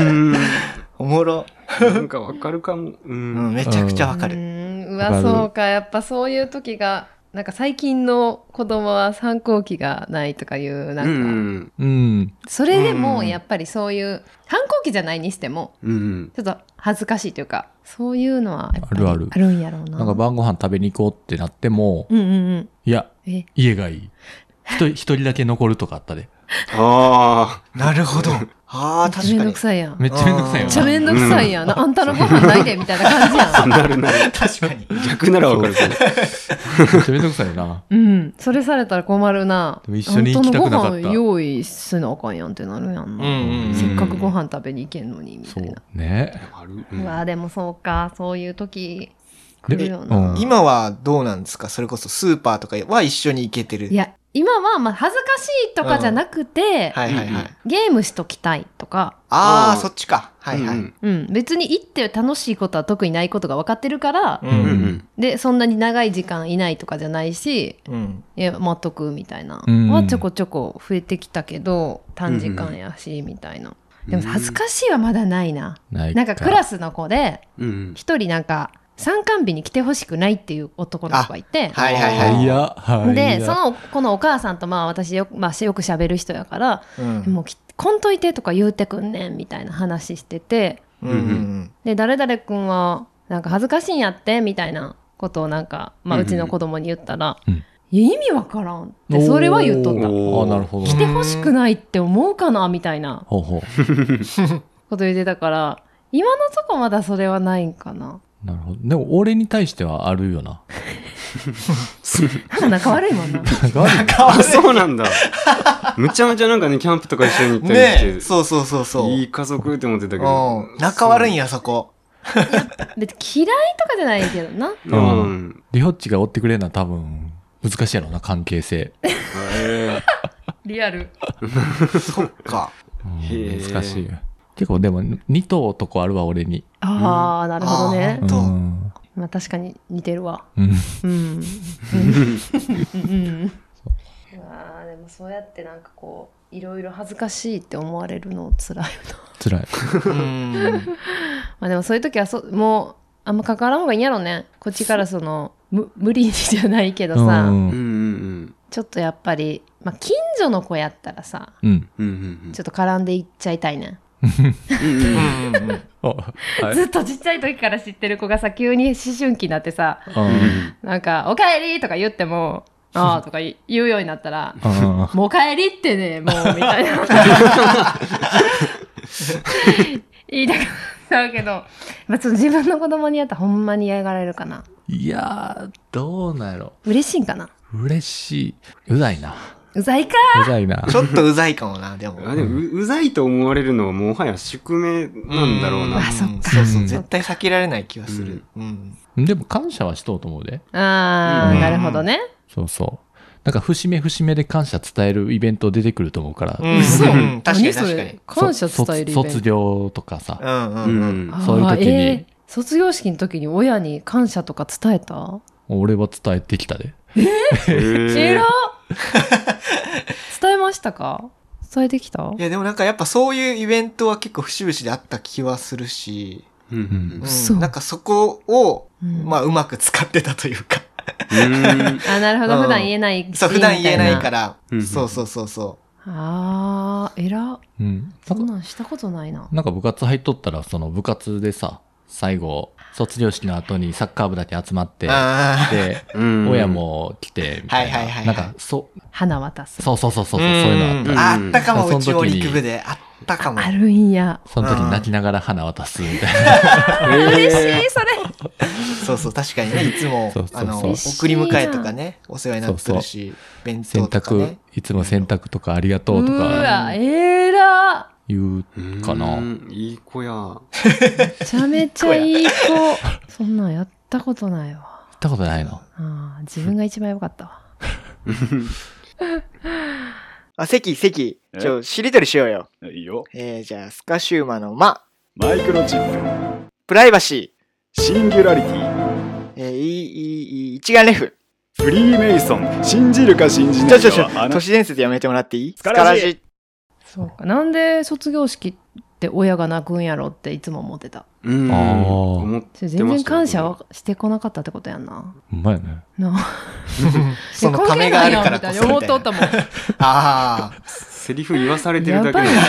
Speaker 4: うん。
Speaker 2: おもろ。
Speaker 4: なんかわかるかも。う。
Speaker 2: うんん、めちゃくちゃわか
Speaker 1: う
Speaker 2: る。
Speaker 1: ーんう
Speaker 3: わか
Speaker 1: わ
Speaker 3: る
Speaker 1: そうかやっぱそういう時がなんか最近の子供は反抗期がないとかいうなんか、
Speaker 4: うん。
Speaker 3: うん。
Speaker 1: それでも
Speaker 2: うん
Speaker 1: やっぱりそういう反抗期じゃないにしても
Speaker 4: うん。
Speaker 1: ちょっと恥ずかしいというかそういうのはやっぱり
Speaker 3: あるある
Speaker 1: あるんやろうな。
Speaker 3: なんか晩ご飯食べに行こうってなっても、
Speaker 1: うんうん
Speaker 3: いや、
Speaker 1: うん、え
Speaker 3: 家がいい。一人、一人だけ残るとかあったで。
Speaker 4: あ
Speaker 2: なるほど。あ
Speaker 1: め
Speaker 2: あ、
Speaker 1: っち
Speaker 2: 確
Speaker 1: ゃめんど
Speaker 2: かに
Speaker 1: く。さいやん。め
Speaker 3: め
Speaker 1: っ
Speaker 3: っちゃめんどくさいよ
Speaker 1: ちゃめ
Speaker 3: な。
Speaker 1: んどくさいやん。あんたのご飯ないでみたいな感じや
Speaker 4: あ。
Speaker 1: ん。
Speaker 4: なるなる。
Speaker 2: 確かに。
Speaker 4: 逆ならわかるけど。
Speaker 3: めっちゃめんどくさいよな。
Speaker 1: うん。それされたら困るな。
Speaker 3: でも一緒に行きたくなかった
Speaker 1: 本当のご飯用意すなあかんやんってなるやん
Speaker 2: う
Speaker 1: な。
Speaker 2: んうん。
Speaker 1: せっかくご飯食べに行けんのにみた
Speaker 3: そ
Speaker 1: いな。
Speaker 3: う。ね。
Speaker 4: ある。
Speaker 1: う
Speaker 4: うん
Speaker 1: わあでもそうか。そういう時来
Speaker 3: で
Speaker 1: るよな。
Speaker 3: うん
Speaker 2: 今はどうなんですかそれこそスーパーとかは一緒に行けてる。
Speaker 1: いや、今はまあ恥ずかしいとかじゃなくて、
Speaker 2: はいはいはい。
Speaker 4: うん
Speaker 1: ゲームしときたいとか、
Speaker 2: あ
Speaker 4: う
Speaker 2: あ、
Speaker 4: ん
Speaker 2: そっちか。はいはい。
Speaker 4: うん
Speaker 1: うん。別に行って楽しいことは特にないことが分かってるから、
Speaker 2: う。
Speaker 4: うんん。
Speaker 1: で、そんなに長い時間いないとかじゃないし、
Speaker 2: うん。
Speaker 1: え待っとくみたいな、
Speaker 3: うん
Speaker 1: はちょこちょこ増えてきたけど短時間やし、みたいなでも恥ずかしいはまだないな、
Speaker 3: ない
Speaker 1: なんかクラスの子で
Speaker 4: うん。
Speaker 1: 一人なんか参観日に来てほしくないっていう男の子がいて、
Speaker 2: はいはい
Speaker 3: は
Speaker 2: はい
Speaker 3: や、はい。
Speaker 1: でその子のお母さんとまあ私よ,、まあ、よく喋る人やから
Speaker 2: い。う
Speaker 1: 「
Speaker 2: ん。
Speaker 1: もうきこんといて」とか言うてくんねんみたいな話してて
Speaker 2: うんうん
Speaker 1: で誰々君はなんか恥ずかしいんやってみたいなことをなんか、まあ、
Speaker 4: うん
Speaker 1: うちの子供に言ったら「
Speaker 3: うん
Speaker 1: いや意味わからん」ってそれは言っとった。
Speaker 3: ああ、なるほど
Speaker 1: 来。てほしくないって思うかなみたいな
Speaker 3: ほう
Speaker 1: こ
Speaker 3: ほ
Speaker 1: と言ってたから今のとこまだそれはないんかな
Speaker 3: う。なるほど。でも、俺に対してはある よな。
Speaker 1: 仲悪いもんな
Speaker 3: なんかあるよ
Speaker 4: あ、そうなんだ。むちゃむちゃなんかね、キャンプとか一緒に行っ
Speaker 2: うん。
Speaker 4: たり
Speaker 2: ねえ。
Speaker 4: して。
Speaker 2: そうそうそうそう。
Speaker 4: いい家族って思ってたけど。
Speaker 2: うん。仲悪いんや、そこ。
Speaker 1: 別に嫌いとかじゃないけどな
Speaker 4: うん。
Speaker 3: うリホッチが追ってくれるのは多分、難しいやろな、関係性。
Speaker 4: へ
Speaker 1: リアル
Speaker 2: そっか。
Speaker 3: うん
Speaker 4: へえ
Speaker 3: 難しい。結構でも、2頭とこあるわ、俺に。
Speaker 1: ああ、なるほどね
Speaker 3: う
Speaker 2: と
Speaker 3: ん。
Speaker 1: まあ確かに似てるわ
Speaker 3: うん
Speaker 1: うんうんうんうわあでもそうやってなんかこういろいろ恥ずかしいって思われるの辛いよ
Speaker 3: 辛い。
Speaker 2: うん。
Speaker 1: なまあでもそういう時はそもうあんま関わらん方がいいんやろねこっちからそのむ無理にじゃないけど
Speaker 3: う
Speaker 1: さ、
Speaker 4: うんんうんうん。
Speaker 1: ちょっとやっぱり、まあ、近所の子やったらさ
Speaker 3: うん。
Speaker 4: うんうん
Speaker 1: ちょっと絡んでいっちゃいたいね、
Speaker 4: うんうん
Speaker 2: う
Speaker 4: うん
Speaker 2: んうん うん。
Speaker 3: あはい
Speaker 1: ずっとちっちゃい時から知ってる子がさ急に思春期になってさ
Speaker 3: うん
Speaker 1: なんか「おかえり!」とか言っても「ああ」とか言うようになったら「
Speaker 3: うん
Speaker 1: もうおかえりってねもう」みたいな言いたくなるけど、まあ、ちょっと自分の子供にやったらほんまに嫌がられるかない
Speaker 3: やー、どうなんやろ。
Speaker 1: 嬉しいんかな
Speaker 3: 嬉しい。うざいな。
Speaker 1: うざいか
Speaker 3: うざいな。
Speaker 2: ちょっとうざいかもな、でも。
Speaker 4: あでもううざいと思われるのはもはや宿命なんだろう
Speaker 2: う
Speaker 4: な。
Speaker 1: あそっか
Speaker 2: そうそう、絶対避けられない気がする。うん。
Speaker 3: でも感謝はしとうと思うで。
Speaker 1: あー、なるほどね
Speaker 3: そうそう。なんか節目節目で感謝伝えるイベント出てくると思うから。
Speaker 2: うん
Speaker 1: 嘘
Speaker 2: うん確かに
Speaker 1: 何それ感謝伝えるイベン
Speaker 3: そ
Speaker 1: ト
Speaker 3: 卒業とかさ。
Speaker 2: うんう
Speaker 4: うん
Speaker 2: うん。
Speaker 4: ん。
Speaker 3: そういう時に
Speaker 1: あーえー卒業式の時に親に感謝とか伝えた
Speaker 3: 俺は伝えてきたで。
Speaker 1: え
Speaker 4: え
Speaker 1: ら伝えましたか伝えてきた
Speaker 2: いや、でもなんかやっぱそういうイベントは結構節々であった気はするし、
Speaker 4: うんうん
Speaker 2: う
Speaker 1: 嘘
Speaker 2: ん、なんかそこを、
Speaker 1: うん
Speaker 2: まあうまく使ってたというか、
Speaker 4: うん
Speaker 1: あなるほ
Speaker 2: う
Speaker 1: ど
Speaker 2: ん
Speaker 1: 普段言えない
Speaker 2: そう、普段言えないからら
Speaker 4: うん、
Speaker 2: そうそうそうそ
Speaker 1: あーえら
Speaker 3: うん。
Speaker 1: そん
Speaker 3: なんか
Speaker 1: なんしたことないな
Speaker 3: なんか部活入っとったら、その部活でさ、最後、卒業式の後にサッカー部だけ集まっ
Speaker 2: う。
Speaker 3: て、
Speaker 2: ああ。
Speaker 3: で、
Speaker 4: うん
Speaker 3: 親も来て、みたいな。
Speaker 2: はいはいはいはい
Speaker 3: なんか、そ、
Speaker 1: 花渡す
Speaker 3: そうそうそうそうそう、そういうのあった。
Speaker 2: ん
Speaker 4: あ
Speaker 2: あ
Speaker 4: った
Speaker 2: ったかも、
Speaker 3: うん
Speaker 2: うちも
Speaker 3: その時に
Speaker 2: 陸部で。あったかも。
Speaker 1: あるんや
Speaker 3: その時に泣きながら花渡すみたいな。
Speaker 1: 嬉しいそれ
Speaker 2: そうそう、確かにね、いつも
Speaker 3: そうそう、そう
Speaker 2: あの、
Speaker 3: 嬉
Speaker 1: しいな
Speaker 2: 送り迎えとかね、お世話になってるし、弁
Speaker 3: 洗
Speaker 2: 当とか
Speaker 3: 濯
Speaker 2: ね。、
Speaker 3: いつも洗濯とかありがとう
Speaker 1: う
Speaker 3: とか
Speaker 1: わえら
Speaker 3: 言うかな。
Speaker 4: うんいい子や。
Speaker 1: めちゃめちゃいい子そんなんやったことないわ
Speaker 3: 行ったことないの。
Speaker 1: あああ、自分が一番やばかったわ。
Speaker 7: あ、関、関、
Speaker 8: え
Speaker 7: ちょ、しりとりしようよ。
Speaker 8: いいよ。
Speaker 7: えー、じゃあ、スカシューマの間、
Speaker 8: マイクロチッ
Speaker 7: プライバシ
Speaker 8: プ、シンギュラリティ、
Speaker 7: ー、えー、いい、いい、いい、一眼レフ。
Speaker 8: フリーメイソン、信じるか信じ
Speaker 7: ち
Speaker 8: な
Speaker 7: ょ
Speaker 8: い
Speaker 7: ちょ
Speaker 8: か
Speaker 7: ちょ
Speaker 8: はあ、な
Speaker 7: 都市伝説やめてもらっていい
Speaker 8: スカラジ
Speaker 7: ス
Speaker 1: そうか。なんで卒業式って親が泣くんやろっていつも思ってた。
Speaker 4: うん
Speaker 3: あー
Speaker 4: 思っ
Speaker 1: それ全然感謝はしてこなかったってことやんな。
Speaker 3: ほんまやね。
Speaker 1: なあ
Speaker 2: そのためがあるからこそ
Speaker 1: してこんけなんやみたいな思っとったもん。
Speaker 2: あ
Speaker 4: セリフ言わされてる
Speaker 1: や
Speaker 4: だけ
Speaker 1: ばい
Speaker 4: の
Speaker 1: な。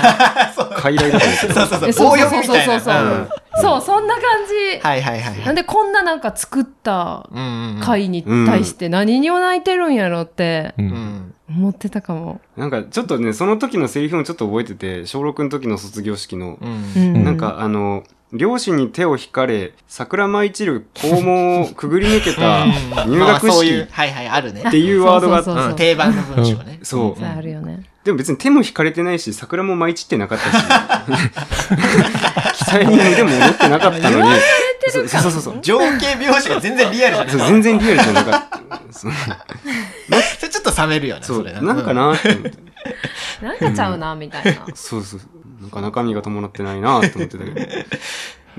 Speaker 4: 傀儡だと思って
Speaker 2: あ。そうそう
Speaker 1: え
Speaker 2: そう。
Speaker 1: そう
Speaker 2: 棒
Speaker 1: そう
Speaker 2: 読み
Speaker 1: そう
Speaker 2: みたい
Speaker 1: そう
Speaker 2: な。
Speaker 1: そう
Speaker 2: うん
Speaker 1: そう。そう、そんな感じ。
Speaker 2: はいはいはい
Speaker 1: な
Speaker 2: は
Speaker 1: ん
Speaker 2: い。
Speaker 1: でこんななんか作った
Speaker 2: うんうんうん。
Speaker 1: 回に対して何にも泣いてるんやろって
Speaker 3: うん。
Speaker 2: うん。
Speaker 1: 思ってたかも。
Speaker 4: なんかちょっとね、その時のセリフもちょっと覚えてて、小6の時の卒業式の、
Speaker 2: うん。
Speaker 1: うん
Speaker 4: なんかあの、両親に手を引かれ、桜舞い散る校門をくぐり抜けた入
Speaker 2: まあ
Speaker 4: 学
Speaker 2: そうい
Speaker 4: 式
Speaker 2: う、はいはい、あるね
Speaker 4: っ。ていうワードがあっ
Speaker 1: そうそうそう
Speaker 2: うん定番の文章ね。
Speaker 4: そう
Speaker 1: そうあるよね。
Speaker 4: でも別に手も引かれてないし、桜も舞い散ってなか ったし、期待に腕も踊ってなかったのに、そうそうそうそう。
Speaker 2: 情景描写が全然リアルじ ゃない
Speaker 4: そう全然リアルじゃなかった。そう
Speaker 2: それちょっと冷めるよね、
Speaker 4: そ、
Speaker 2: そうれ。
Speaker 4: なんか。なって思って。
Speaker 1: なんかちゃうな、みたいな。
Speaker 4: そうそう。なんか中身が伴ってないなって思ってたけ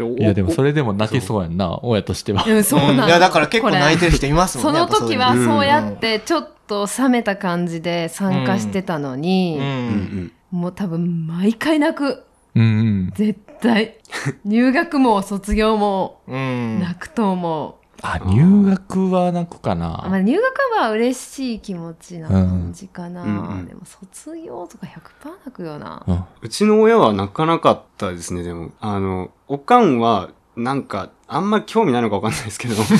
Speaker 4: ど。
Speaker 3: いや、でもそ
Speaker 4: れ。
Speaker 3: れでも泣きそうやんな、親とし ては。
Speaker 1: うん、そう
Speaker 2: うん、い
Speaker 1: なん
Speaker 2: や、だから結構泣いてる人いますも
Speaker 1: そ
Speaker 2: んね。
Speaker 1: の時は
Speaker 4: やっぱそういうの
Speaker 1: そうやってちょっと冷めた感じで参加してたの
Speaker 2: う。
Speaker 1: に、
Speaker 4: うんん
Speaker 1: もう多分毎回泣く
Speaker 3: うんうん。
Speaker 1: 絶対入学も卒業も
Speaker 2: うん。
Speaker 1: 泣くと思う、
Speaker 3: あ、入学は泣くかな。
Speaker 1: まあ、入学は嬉しい気持ちな感じかな、
Speaker 4: うんうん
Speaker 1: でも卒業とか100%泣くよな、
Speaker 3: うん。
Speaker 4: うちの親は泣かなかったですね、でも。あの、おかんは、なんか、あんま興味ないのかわかんないです けど。終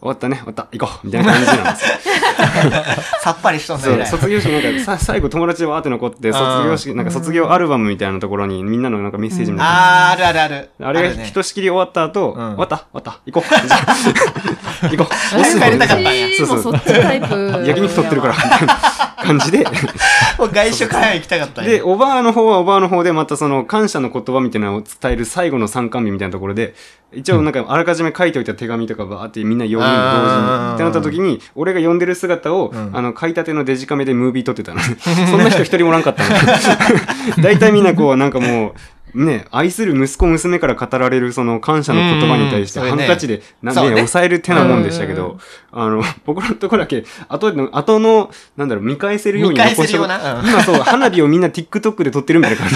Speaker 4: わったね、終わった、行こうみたいな感じなんですよ
Speaker 2: さっぱりしとんだ
Speaker 4: そ
Speaker 2: よ
Speaker 4: う
Speaker 2: ね。
Speaker 4: 卒業式なんかさ最後友達でわーって残って卒業式なんか卒業アルバムみたいなところにみんなのなんかメッセージみたいな、
Speaker 2: あー、あるあるある。
Speaker 4: あれが
Speaker 2: ね
Speaker 4: ひとしきり終わった
Speaker 2: う
Speaker 4: 後、
Speaker 2: ん
Speaker 4: 終わった終わった行 こうじゃあ行こう
Speaker 2: 早く帰りたかったんや
Speaker 1: 私もそ
Speaker 4: そう
Speaker 1: っちタイプ
Speaker 4: 焼肉取ってるからみたいな感じで
Speaker 2: もう外食早く行きたかった
Speaker 4: で
Speaker 2: ね。
Speaker 4: おばあの方はおばあの方でまたその感謝の言葉みたいなのを伝える最後の参観日みたいなところで一応なんかあらかじめ書いておいた手紙とかばーってみんな読む同時
Speaker 2: あー
Speaker 4: にってなった時に俺が読んでる姿を、
Speaker 2: ん
Speaker 4: あの買いたてのデジカメでムービー撮って たのそんな人一人もおらんかったの 大体みんなこうなんかもうね、愛する息子娘から語られるその感謝の言葉に対して
Speaker 2: うん
Speaker 4: ハ
Speaker 2: うん
Speaker 4: ンカチでな
Speaker 2: それね
Speaker 4: ね抑える手なもんでしたけ
Speaker 1: うんうん
Speaker 4: ど、あの、僕のところだけ、後の、後の、なんだろう、見返せるように
Speaker 2: 見返せ
Speaker 4: 残
Speaker 2: る
Speaker 4: しと
Speaker 2: よ
Speaker 4: く
Speaker 2: うなうん
Speaker 4: 今そう、花火をみんな TikTok で撮ってるみたいな感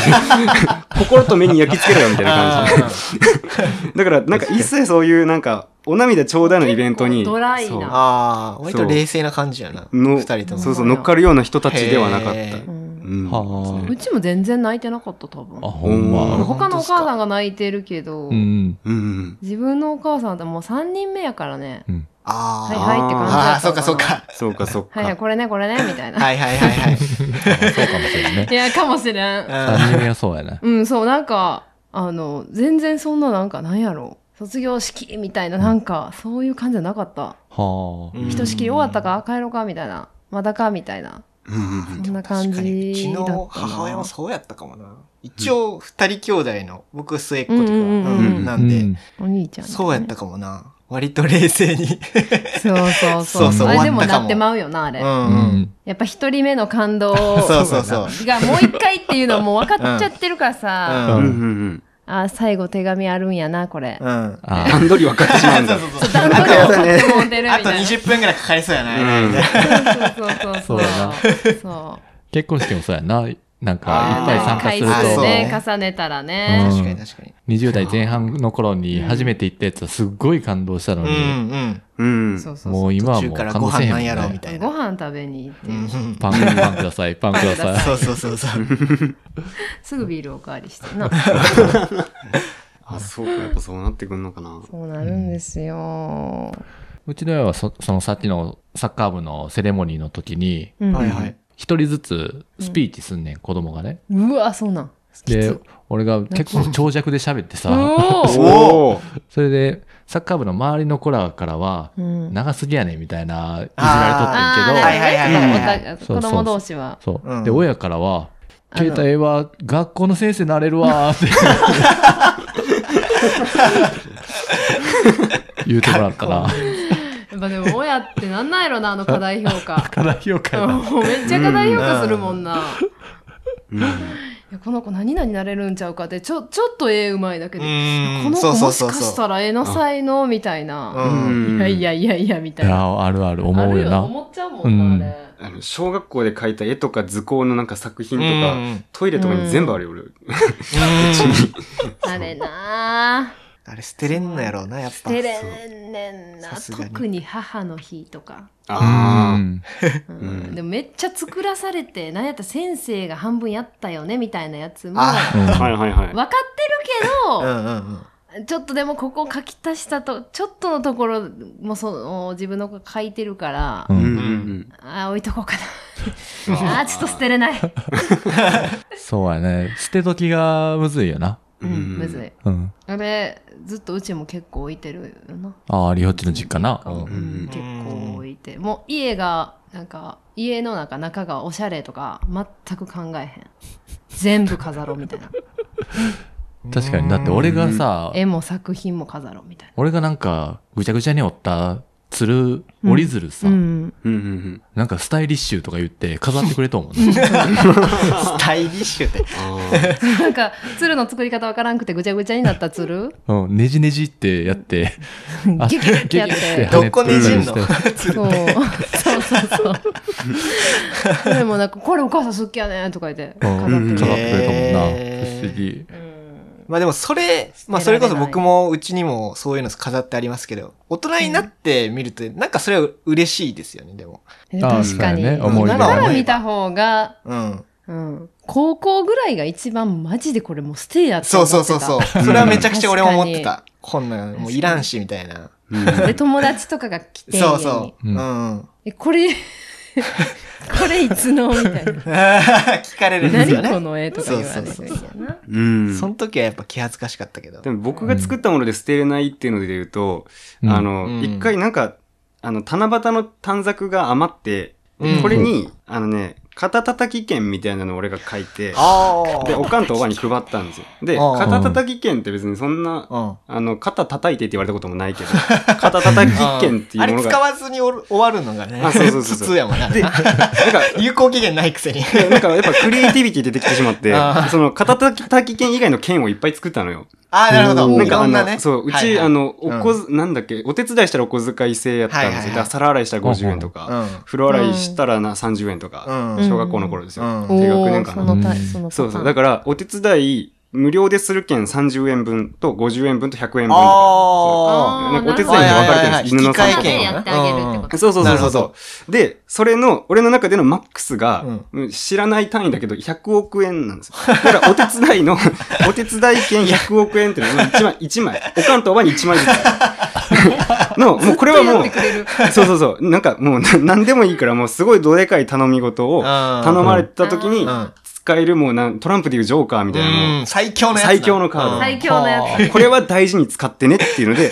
Speaker 4: じ。心と目に焼き付けろよみたいな感
Speaker 2: あー
Speaker 4: じ。だから、なんか一切そういう、なんか、お涙ちょうだいのイベントに、
Speaker 1: 結構ドライな
Speaker 4: そう
Speaker 2: あー、割と冷静な感じやな。
Speaker 4: の
Speaker 2: 二人と
Speaker 4: そう
Speaker 2: も。
Speaker 4: そう、乗っかるような人たちではなかっ
Speaker 2: へー
Speaker 4: た。
Speaker 1: うん
Speaker 4: うん
Speaker 3: は
Speaker 1: うちも全然泣いてなかった多分
Speaker 3: あ。あ、ほんま。
Speaker 1: 他のお母さんが泣いてるけど、
Speaker 3: うん。
Speaker 4: うんうん。
Speaker 1: 自分のお母さんってもう3人目やからね、
Speaker 2: あ
Speaker 1: はい
Speaker 2: ー。
Speaker 1: はいって感じだ
Speaker 2: あ
Speaker 1: っ
Speaker 2: ー、そ
Speaker 1: た
Speaker 2: っかそっか。
Speaker 4: そうか、そうか。
Speaker 1: はいはいこれねこれねみたいな、
Speaker 2: はいはいはいはい。
Speaker 3: そうかもしれんね
Speaker 1: い、。やかもしれん
Speaker 2: うん
Speaker 3: 三人目はそうや ね。
Speaker 1: うんそうなんかあの全然そんななんかなんやろ卒業式みたいななんかそういう感じじゃなかった
Speaker 3: はあ。
Speaker 1: ひとしきり終わったか帰ろうかみたいなまだかみたいな
Speaker 4: うんうんうん
Speaker 1: そんな感
Speaker 2: 確かにう
Speaker 1: じ
Speaker 2: ち
Speaker 1: だったな
Speaker 2: の母親もそうやったかもな。一応、二人兄弟の、僕末っ子と
Speaker 1: う
Speaker 2: か、
Speaker 1: んうんうん
Speaker 4: うん
Speaker 2: うんなんで、
Speaker 3: うん
Speaker 1: お兄ちゃん、
Speaker 2: そうやったかもな。割と冷静に。
Speaker 1: そうそうそ
Speaker 2: そううそう
Speaker 1: あれで
Speaker 2: 終わ
Speaker 1: も
Speaker 2: ったかも
Speaker 1: なってまうよなあ
Speaker 2: う
Speaker 1: れ、
Speaker 2: ん
Speaker 3: う
Speaker 2: うん。
Speaker 3: ん。
Speaker 1: やっぱ一人目の感動
Speaker 2: そうそうそう。
Speaker 1: がもう一回っていうのも分かっちゃってるから
Speaker 2: う
Speaker 1: さ、
Speaker 4: う
Speaker 2: ん。
Speaker 4: んうんうん。
Speaker 1: あ最後手紙あるんやなこれ、
Speaker 2: うん。
Speaker 3: あ
Speaker 4: 段取り分かってしまうん だ。
Speaker 2: そう
Speaker 1: 段取りを買ってもうてるみ
Speaker 2: あ
Speaker 1: たい
Speaker 2: と
Speaker 1: な。
Speaker 2: 20分ぐらいかかりそうやな。
Speaker 4: うん
Speaker 1: そうそうそうそう。
Speaker 3: そうだな
Speaker 1: そ
Speaker 3: 結婚式もそうやな。なん
Speaker 1: う。
Speaker 3: か、いっぱい参加する
Speaker 2: あー
Speaker 1: 回数
Speaker 2: そう
Speaker 3: と、
Speaker 1: ね、重ねたら
Speaker 3: う
Speaker 1: ね
Speaker 3: ん。
Speaker 2: 確かに確かに。
Speaker 3: 20代前半の頃に初めて行ったやつはすっごい感動したの
Speaker 2: う
Speaker 3: に、
Speaker 2: んうん。
Speaker 4: うん。
Speaker 1: そうそう
Speaker 3: も
Speaker 1: そう。
Speaker 3: 今は
Speaker 2: 途中
Speaker 3: もう
Speaker 2: から
Speaker 3: 感
Speaker 2: ご
Speaker 3: 動
Speaker 2: 飯
Speaker 3: せへん
Speaker 2: な
Speaker 3: もん
Speaker 2: ん
Speaker 3: ね
Speaker 2: やろみたいうな。
Speaker 1: ご飯食べに行って、
Speaker 2: うん
Speaker 3: パン、パンください、パンください。
Speaker 2: そうそうそうそう。
Speaker 1: すぐビールおかわりしてな。
Speaker 4: あ、そうか、やっぱそうなってくんのかな。
Speaker 1: そうなるんですよ。
Speaker 3: うちの親はそそのさっきのサッカー部のセレモニーの時に、
Speaker 1: うん
Speaker 2: はいはい。
Speaker 3: 一人ずつスピーチすんねん、子供がね。
Speaker 1: うわ、そうなん。
Speaker 3: で、俺が結構長尺で喋ってさ、
Speaker 1: おー
Speaker 4: おお
Speaker 3: それで、サッカー部の周りの子らからは、
Speaker 1: うん
Speaker 3: 長すぎやねんみたいな、いじ
Speaker 2: あ
Speaker 1: あー
Speaker 3: られとってんけど、
Speaker 2: はいはいはい
Speaker 1: なるほどね
Speaker 3: そうそう
Speaker 1: 子供同士は。
Speaker 3: そう。
Speaker 2: うん
Speaker 3: で、親からは、
Speaker 1: あの
Speaker 3: 携帯は学校の先生になれるわーって言うてもらったら、
Speaker 1: まあでも、親ってなんなんやろな、あの課題評 価。
Speaker 3: 課題評価やな。
Speaker 1: もうめっちゃ課題評価するもんな。
Speaker 4: うん
Speaker 1: いやこの子何々なれるんちゃうかって、ちょ、ちょっと絵うまいだけで、
Speaker 2: ん
Speaker 1: この子
Speaker 2: そうそう
Speaker 1: もし
Speaker 2: そう
Speaker 1: か
Speaker 2: そう
Speaker 1: したら絵の才能みたいな。
Speaker 2: うん
Speaker 1: いやいやいやいや、みた
Speaker 3: い
Speaker 1: いな。
Speaker 3: や、あるある、
Speaker 1: あ
Speaker 3: 思う
Speaker 1: る
Speaker 3: よ
Speaker 1: よ、
Speaker 3: な。
Speaker 1: 思っちゃうもんな、あれ。
Speaker 4: あの小学校で描いた絵とか図工のなんか作品とか、
Speaker 2: うん
Speaker 4: トイレとかに全部あるよ、俺。
Speaker 1: あれなぁ。
Speaker 2: あれ捨てれんのやろうな、やっ
Speaker 1: 捨
Speaker 2: ぱ。
Speaker 1: てれんねんな。
Speaker 2: さすがに
Speaker 1: 特に母の日とか。
Speaker 3: う
Speaker 4: あ
Speaker 3: ん
Speaker 1: うん
Speaker 4: うん
Speaker 1: でもめっちゃ作らされて、なんやったら先生が半分やったよねみたいなやつも、分か
Speaker 2: あ
Speaker 3: うん
Speaker 4: あ。はいはいはい。
Speaker 1: ってるけ
Speaker 2: うんう
Speaker 1: ど、
Speaker 2: んうん。
Speaker 1: ちょっとでもここ書き足したと、ちょっとのところもその自分の子書いてるから、
Speaker 3: う
Speaker 4: うんんうん
Speaker 1: ああ、置いとこうか
Speaker 4: うん。
Speaker 1: な。 ああー、ちょっと捨てれない。
Speaker 3: そうやね。捨て時がむずいよな。
Speaker 4: うん
Speaker 1: むずい。
Speaker 3: うん。
Speaker 1: あれ、ずっとうちも結構置いてるよな。
Speaker 3: ああ、リホッチの実家な。
Speaker 1: うん
Speaker 3: うん
Speaker 4: ん
Speaker 1: 結構置いて。もう家が、なんか、家の中、中がおしゃれとか、全く考えへん。全部飾ろうみたいな。
Speaker 3: 確かに。だって俺がさ、
Speaker 1: 絵も作品も飾ろうみたい
Speaker 3: 俺がなんか、ぐちゃぐちゃに折った、つる、折り鶴さ、
Speaker 1: な。うん。
Speaker 4: うんうん。
Speaker 3: なんかスタイリッシュとか言って飾ってくれと思うね。
Speaker 2: スタイリッシュって。
Speaker 4: あー
Speaker 1: なんか、鶴の作り方わからんくてぐちゃぐちゃになった 鶴
Speaker 3: うん、ねじねじってやって、
Speaker 1: ギュギュギュってやっ
Speaker 3: ギュギュ
Speaker 1: て
Speaker 3: っ。
Speaker 2: どこねじんの
Speaker 3: 跳ね
Speaker 1: そう。そうそうそう。それもなんか、これお母さん好きやねとか言って飾って
Speaker 3: うん、
Speaker 1: る。
Speaker 3: 飾ってくれたもんな。
Speaker 2: へ
Speaker 3: 不
Speaker 2: ー
Speaker 3: 思議。
Speaker 1: うん
Speaker 2: まあでもそれ、まあそれこそ僕もうちにもそういうの飾ってありますけど、大人になってみると、なんかそれは嬉しいですよね、でも。
Speaker 1: で
Speaker 3: あー
Speaker 1: 確かに。
Speaker 3: そうやね
Speaker 2: 思い出
Speaker 1: だから見た方が、
Speaker 2: うん。
Speaker 1: うん、高校ぐらいが一番マジでこれもう捨てやって
Speaker 2: そ
Speaker 1: 思
Speaker 2: う
Speaker 1: ってた
Speaker 2: そうそうそう。それはめちゃくちゃ俺も思って
Speaker 1: 確
Speaker 2: た。こんなんもういらんし、みたいな。
Speaker 4: うん
Speaker 1: で友達とかが来て
Speaker 2: そうそうう。
Speaker 3: ん
Speaker 2: うん。 聞
Speaker 1: えこれ これいつのみたいな
Speaker 2: かれるんですよ
Speaker 1: 何こ
Speaker 2: ね。
Speaker 1: の絵とか言われ
Speaker 2: そう
Speaker 1: るんやな
Speaker 4: うん
Speaker 2: その時はやっぱ気恥ずかしかったけど
Speaker 4: で。も僕が作ったもので捨てれないっていうので言うと、
Speaker 3: うん
Speaker 4: あ
Speaker 2: う
Speaker 4: の、
Speaker 2: ん
Speaker 4: 一、回なんか、あの、七夕の短冊が余って、
Speaker 2: うん
Speaker 4: これに、あのね、肩叩き券みたいなのを俺が書いて、
Speaker 2: あ
Speaker 4: で、おかんとおばに配ったんですよ。で、
Speaker 2: あー
Speaker 4: 肩叩き券って別にそんな、
Speaker 2: あ。
Speaker 4: あの、肩叩いてって言われたこともないけど、 肩叩き券っていう
Speaker 2: あ
Speaker 4: も
Speaker 2: れ
Speaker 4: の
Speaker 2: 使
Speaker 4: が、
Speaker 2: わずにおる終わるのがね。
Speaker 4: あそうそうそうそう
Speaker 2: 普通やもんな。 有効期限ないくせに。
Speaker 4: でなんかやっぱクリエイティビティ出てきてしまって
Speaker 2: あー、
Speaker 4: その肩叩き券以外の券をいっぱい作ったのよ。
Speaker 2: ああ、なるほど。
Speaker 4: なん
Speaker 2: い
Speaker 4: か
Speaker 2: ろ
Speaker 4: あ
Speaker 2: んな
Speaker 4: の、
Speaker 2: ね。
Speaker 4: そう、うち、
Speaker 2: はいはい
Speaker 4: あ、の、おこず、なんだっけ、お手伝いしたらお小遣い制やったんです
Speaker 2: は
Speaker 4: よ。
Speaker 2: いはいはい
Speaker 4: だから皿洗いしたら50円とか、
Speaker 2: うん
Speaker 4: 風呂洗いしたらな、30円とか、
Speaker 2: うん
Speaker 4: 小学校の頃ですよ。
Speaker 2: うん
Speaker 4: 低学年
Speaker 1: お
Speaker 4: か
Speaker 1: そ
Speaker 4: な。
Speaker 1: のたその
Speaker 4: そうそう。だから、お手伝い、無料でする券30円分と50円分と100円分とか。
Speaker 2: あ
Speaker 1: ー
Speaker 4: なんかお手伝いに分かれてるんです。
Speaker 2: はいはいはい
Speaker 4: 犬の散
Speaker 2: 引き換え
Speaker 4: 歩
Speaker 2: 券をね
Speaker 4: とか
Speaker 1: やってあげるってこと
Speaker 4: そうそう
Speaker 2: な
Speaker 4: そ
Speaker 2: る
Speaker 4: う
Speaker 2: ほ
Speaker 4: そ
Speaker 2: ど
Speaker 4: うそう。で、それの、俺の中でのマックスが、うん知らない単位だけど100億円なんですよ。だからお手伝い の、お手伝い券100億円っていうのが1枚、一枚。おかんとおばに1枚ずつ。 の、もうこれはも
Speaker 1: やってく
Speaker 4: う、
Speaker 1: れる
Speaker 4: そうそうそう。なんかもうな何でもいいから、もうすごいどでかい頼み事を
Speaker 2: うん
Speaker 4: 頼まれた時に
Speaker 2: うん
Speaker 4: 使えるもうなんトランプでいうジョーカーみ
Speaker 2: ー
Speaker 4: たいなもう
Speaker 2: うん最強のやつな。
Speaker 4: 最強のカード
Speaker 1: 最強のや
Speaker 4: これは大事に使ってねっていうので、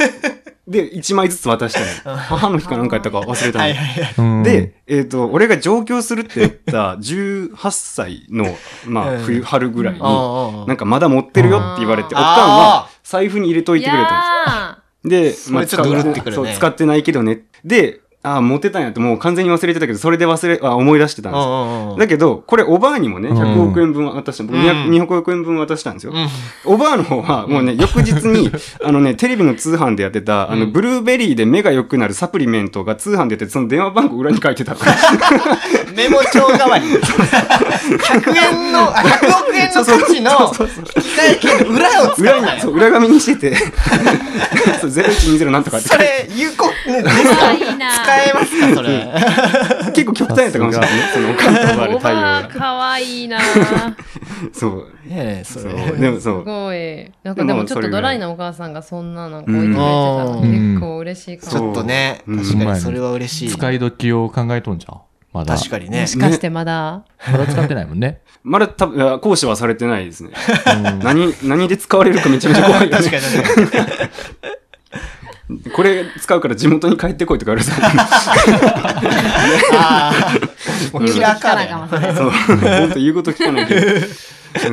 Speaker 4: で、1枚ずつ渡したの。母の日かなんかやったか忘れたの
Speaker 2: はいはいはい。
Speaker 3: うん、
Speaker 4: で、えっ、と、俺が上京するって言った18歳の、まあ、
Speaker 2: うん
Speaker 4: 冬、春ぐらいに、
Speaker 2: うんうん
Speaker 4: なんかまだ持ってるよって言われて、お
Speaker 2: あー
Speaker 4: かんは財布に入れと
Speaker 1: つ
Speaker 4: いてくれたん
Speaker 1: や
Speaker 4: ですよ。で、まあ、
Speaker 2: それちょっとうるってくるね
Speaker 4: そう、使ってないけどね。で、ああ、持ってたんやと、もう完全に忘れてたけど、それで忘れ、あ思い出してたんですよ。
Speaker 2: うんうんうん
Speaker 4: だけど、これ、おばあにもね、
Speaker 3: ん
Speaker 4: 100億円分渡した。僕、
Speaker 2: うん
Speaker 4: 200億円分渡したんですよ。
Speaker 2: うん
Speaker 4: おばあの方は、もうね、翌日に、 あのね、テレビの通販でやってた、あの、ブルーベリーで目が良くなるサプリメントが通販でやってて、その電話番号裏に書いてたから。
Speaker 2: メモ帳代わり。100円の、あ100億円の価値の引換券の裏を使う
Speaker 4: 裏に、そう、裏紙にしてて、 そう、0120なんとかって書
Speaker 2: そ
Speaker 4: いて、
Speaker 2: れ、有効、ね、
Speaker 1: ーいいな
Speaker 2: 使えますか、それ。
Speaker 4: 結構極端やったかもしれないね、そのお母さんの
Speaker 1: お
Speaker 4: 対応
Speaker 1: ばあ
Speaker 4: が。
Speaker 1: かわいいな
Speaker 4: そう、
Speaker 2: ねえ、そ
Speaker 4: そ
Speaker 2: れ。
Speaker 4: う、でもそ
Speaker 1: す
Speaker 4: う、
Speaker 1: ごいなんかでもちょっとドライなお母さんがそんななんか置いてくれてたら
Speaker 2: うん
Speaker 1: 結構嬉しいか
Speaker 2: ち
Speaker 1: も
Speaker 2: ょっとね、
Speaker 4: うん
Speaker 2: 確かにそれは嬉しい。
Speaker 3: 使い時を考えとんじゃん。まだ。
Speaker 2: 確かに
Speaker 1: も
Speaker 2: ね。
Speaker 1: しかしてまだ
Speaker 3: まだ使ってないもんね。
Speaker 4: まだ多分、いや行使はされてないですね。
Speaker 3: うん
Speaker 4: 何、何で使われるかめちゃめちゃ怖いよ
Speaker 2: 確
Speaker 4: ね。
Speaker 2: かに確かに。
Speaker 4: これ使うから地元に帰ってこいとか言われて
Speaker 2: ああ、もうキラーカードやな。
Speaker 1: か
Speaker 4: た。そう、本当言うこと聞かないけど。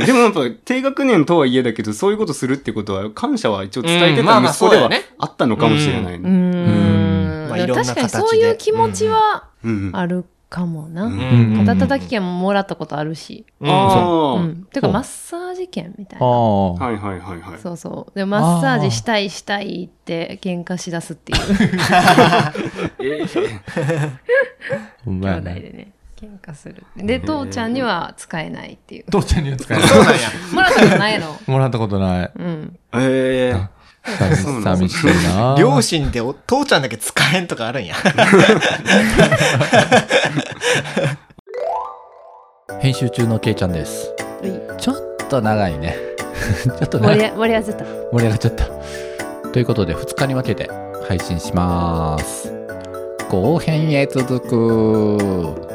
Speaker 4: でもやっぱ低学年とはいえだけど、そういうことするってことは、感謝は一応伝えて
Speaker 2: うんまあ
Speaker 4: た
Speaker 2: まあ
Speaker 4: 息子で
Speaker 2: そ
Speaker 4: は
Speaker 2: うだよね
Speaker 4: あったのかもしれないね。
Speaker 1: うーん
Speaker 2: 間あいろんな
Speaker 1: 確かに
Speaker 2: 形で。
Speaker 1: そういう気持ちは
Speaker 4: うんうん。
Speaker 1: あるかもな。
Speaker 4: うん
Speaker 3: うん
Speaker 1: 肩叩き券ももらったことあるし。
Speaker 2: うん
Speaker 4: あ
Speaker 1: うん。てか、
Speaker 3: そう
Speaker 1: マッサージ券みたい
Speaker 3: あ
Speaker 1: な。
Speaker 3: あ。
Speaker 4: あ。はいはいはいはい。
Speaker 1: そうそう。で、マッサージしたいしたいって喧嘩しだすっていう
Speaker 4: えー
Speaker 3: ほんま
Speaker 1: 兄
Speaker 3: や
Speaker 1: 弟で
Speaker 3: ね。
Speaker 1: ね。喧嘩するって。で、父ちゃんには使えないって いう。
Speaker 3: 父ちゃんには使え
Speaker 2: そうなんや。
Speaker 1: もらったことないの。
Speaker 3: もらったことない。
Speaker 1: うん。
Speaker 4: えー
Speaker 3: 寂し
Speaker 4: そうなん
Speaker 3: 寂
Speaker 4: で
Speaker 3: しいな。
Speaker 2: 両親でお父ちゃんだけ使えんとかあるんや。
Speaker 3: 編集中のけいちゃんです。
Speaker 1: うい
Speaker 3: ちょっと長いね。 ちょっと
Speaker 1: 盛
Speaker 3: 長
Speaker 1: り
Speaker 3: い
Speaker 1: あ盛り合わせた。
Speaker 3: 盛り上がっちゃった。ということで、2日に分けて配信します。後編へ続く。